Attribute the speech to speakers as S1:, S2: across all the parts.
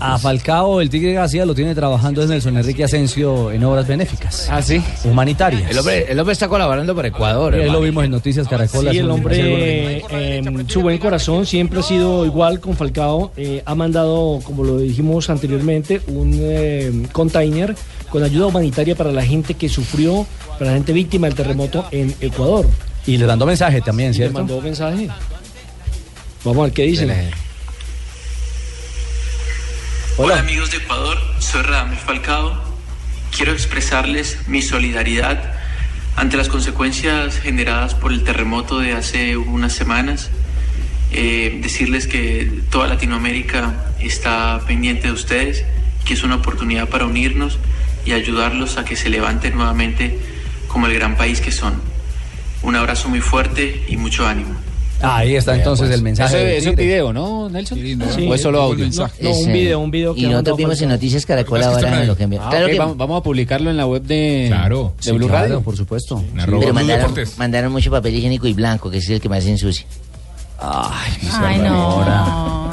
S1: A Falcao, el Tigre García lo tiene trabajando en Nelson Enrique Asensio en obras benéficas.
S2: Ah, sí.
S1: Humanitarias.
S2: El hombre, el hombre está colaborando para Ecuador.
S1: Ahí
S2: hermano.
S1: lo vimos en Noticias Caracol.
S3: Sí,
S1: hace
S3: el
S1: unos días.
S3: hombre, eh, su buen corazón siempre ha sido igual con Falcao. eh, ha mandado, como lo dijimos anteriormente, un eh, container con ayuda humanitaria para la gente que sufrió, para la gente víctima del terremoto en Ecuador.
S1: Y le mandó mensaje también,
S3: Y le
S1: ¿cierto?
S3: mandó mensaje. Vamos a ver qué dicen.
S4: Hola. amigos de Ecuador, soy Radamel Falcao. Quiero expresarles mi solidaridad ante las consecuencias generadas por el terremoto de hace unas semanas. Eh, decirles que toda Latinoamérica está pendiente de ustedes, que es una oportunidad para unirnos y ayudarlos a que se levanten nuevamente como el gran país que son. Un abrazo muy fuerte y mucho ánimo.
S1: Ahí está entonces el mensaje.
S2: Eso
S1: del
S2: pues. es un
S1: Tigre.
S2: video, ¿no, Nelson?
S3: Sí.
S2: ¿O es solo audio?
S3: No, no, un video, un video que
S5: Y
S3: ha mandado
S5: nosotros vimos en
S3: Falcao.
S5: Noticias Caracol ahora lo que envió.
S2: Ah,
S5: claro
S2: ok,
S5: que
S2: vamos, vamos a publicarlo en la web de,
S6: Claro,
S2: de
S6: sí,
S2: Blue
S5: claro,
S2: Radio.
S5: por supuesto.
S6: En arroba
S5: Pero
S6: Blue
S5: mandaron,
S6: Deportes.
S5: mandaron mucho papel higiénico y blanco, que es el que más ensucia.
S7: Ay, no.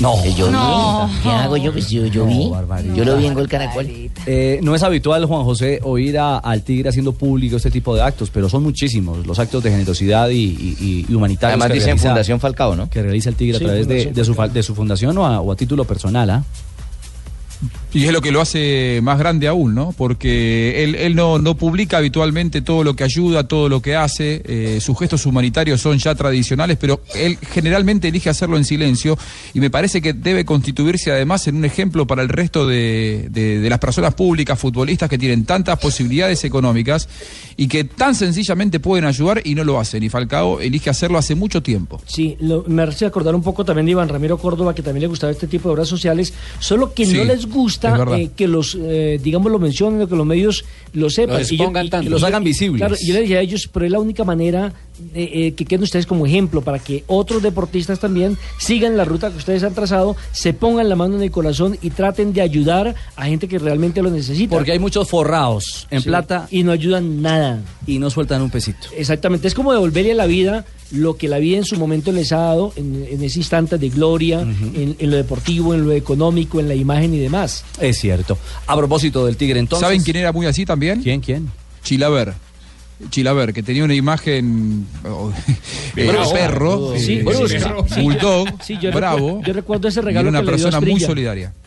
S1: No.
S5: Que yo
S7: No.
S5: vi. ¿Qué hago yo? Pues yo, yo vi. Yo lo vi en Gol Caracol.
S7: Barbarita.
S1: Eh, no es habitual, Juan José, oír a- al Tigre haciendo público este tipo de actos, pero son muchísimos los actos de generosidad y, y- y humanitarios.
S8: Además
S1: que
S8: dicen
S1: realiza-
S8: Fundación Falcao, ¿no?
S1: que realiza el Tigre
S3: Sí,
S1: a través de,
S3: Fundación
S1: de su, fa- de su fundación o a, o a título personal, ¿ah?
S6: Y es lo que lo hace más grande aún, ¿no? Porque él, él no, no publica habitualmente todo lo que ayuda, todo lo que hace. eh, sus gestos humanitarios son ya tradicionales, pero él generalmente elige hacerlo en silencio y me parece que debe constituirse además en un ejemplo para el resto de, de- de las personas públicas, futbolistas que tienen tantas posibilidades económicas y que tan sencillamente pueden ayudar y no lo hacen. Y Falcao elige hacerlo hace mucho tiempo.
S3: Sí, lo- me hace acordar un poco también de Iván Ramiro Córdoba, que también le gustaba este tipo de obras sociales, solo que
S6: Sí,
S3: no les
S6: es
S3: gusta
S6: verdad.
S3: eh, que los, eh, digamos, lo mencionen o que los medios lo sepan.
S2: Los
S3: Y yo-
S2: expongan
S3: y-
S2: tanto.
S3: y-
S1: Los
S3: y-
S1: hagan
S3: y-
S1: visibles.
S3: Claro, yo le dije a ellos, pero es la única manera eh, eh, que queden ustedes como ejemplo para que otros deportistas también sigan la ruta que ustedes han trazado, se pongan la mano en el corazón y traten de ayudar a gente que realmente lo necesita.
S1: Porque hay muchos forrados en
S3: Sí,
S1: plata y,
S3: Y no ayudan nada.
S1: y no sueltan un pesito.
S3: Exactamente, es como devolverle a la vida lo que la vida en su momento les ha dado en, en ese instante de gloria, en, en lo deportivo, en lo económico, en la imagen y demás.
S1: Es cierto. A propósito del Tigre, entonces.
S6: ¿Saben quién era muy así también?
S1: ¿Quién? ¿Quién?
S6: Chilaver. Chilaver, que tenía una imagen oh, eh,
S3: Bravo.
S6: perro,
S3: Sí,
S6: eh,
S3: brusca.
S6: bulldog,
S3: Sí, yo,
S6: bravo,
S3: recu- yo recuerdo ese
S6: y era
S3: regalo
S6: una
S3: que le dio
S6: persona muy
S3: Asprilla.
S6: solidaria.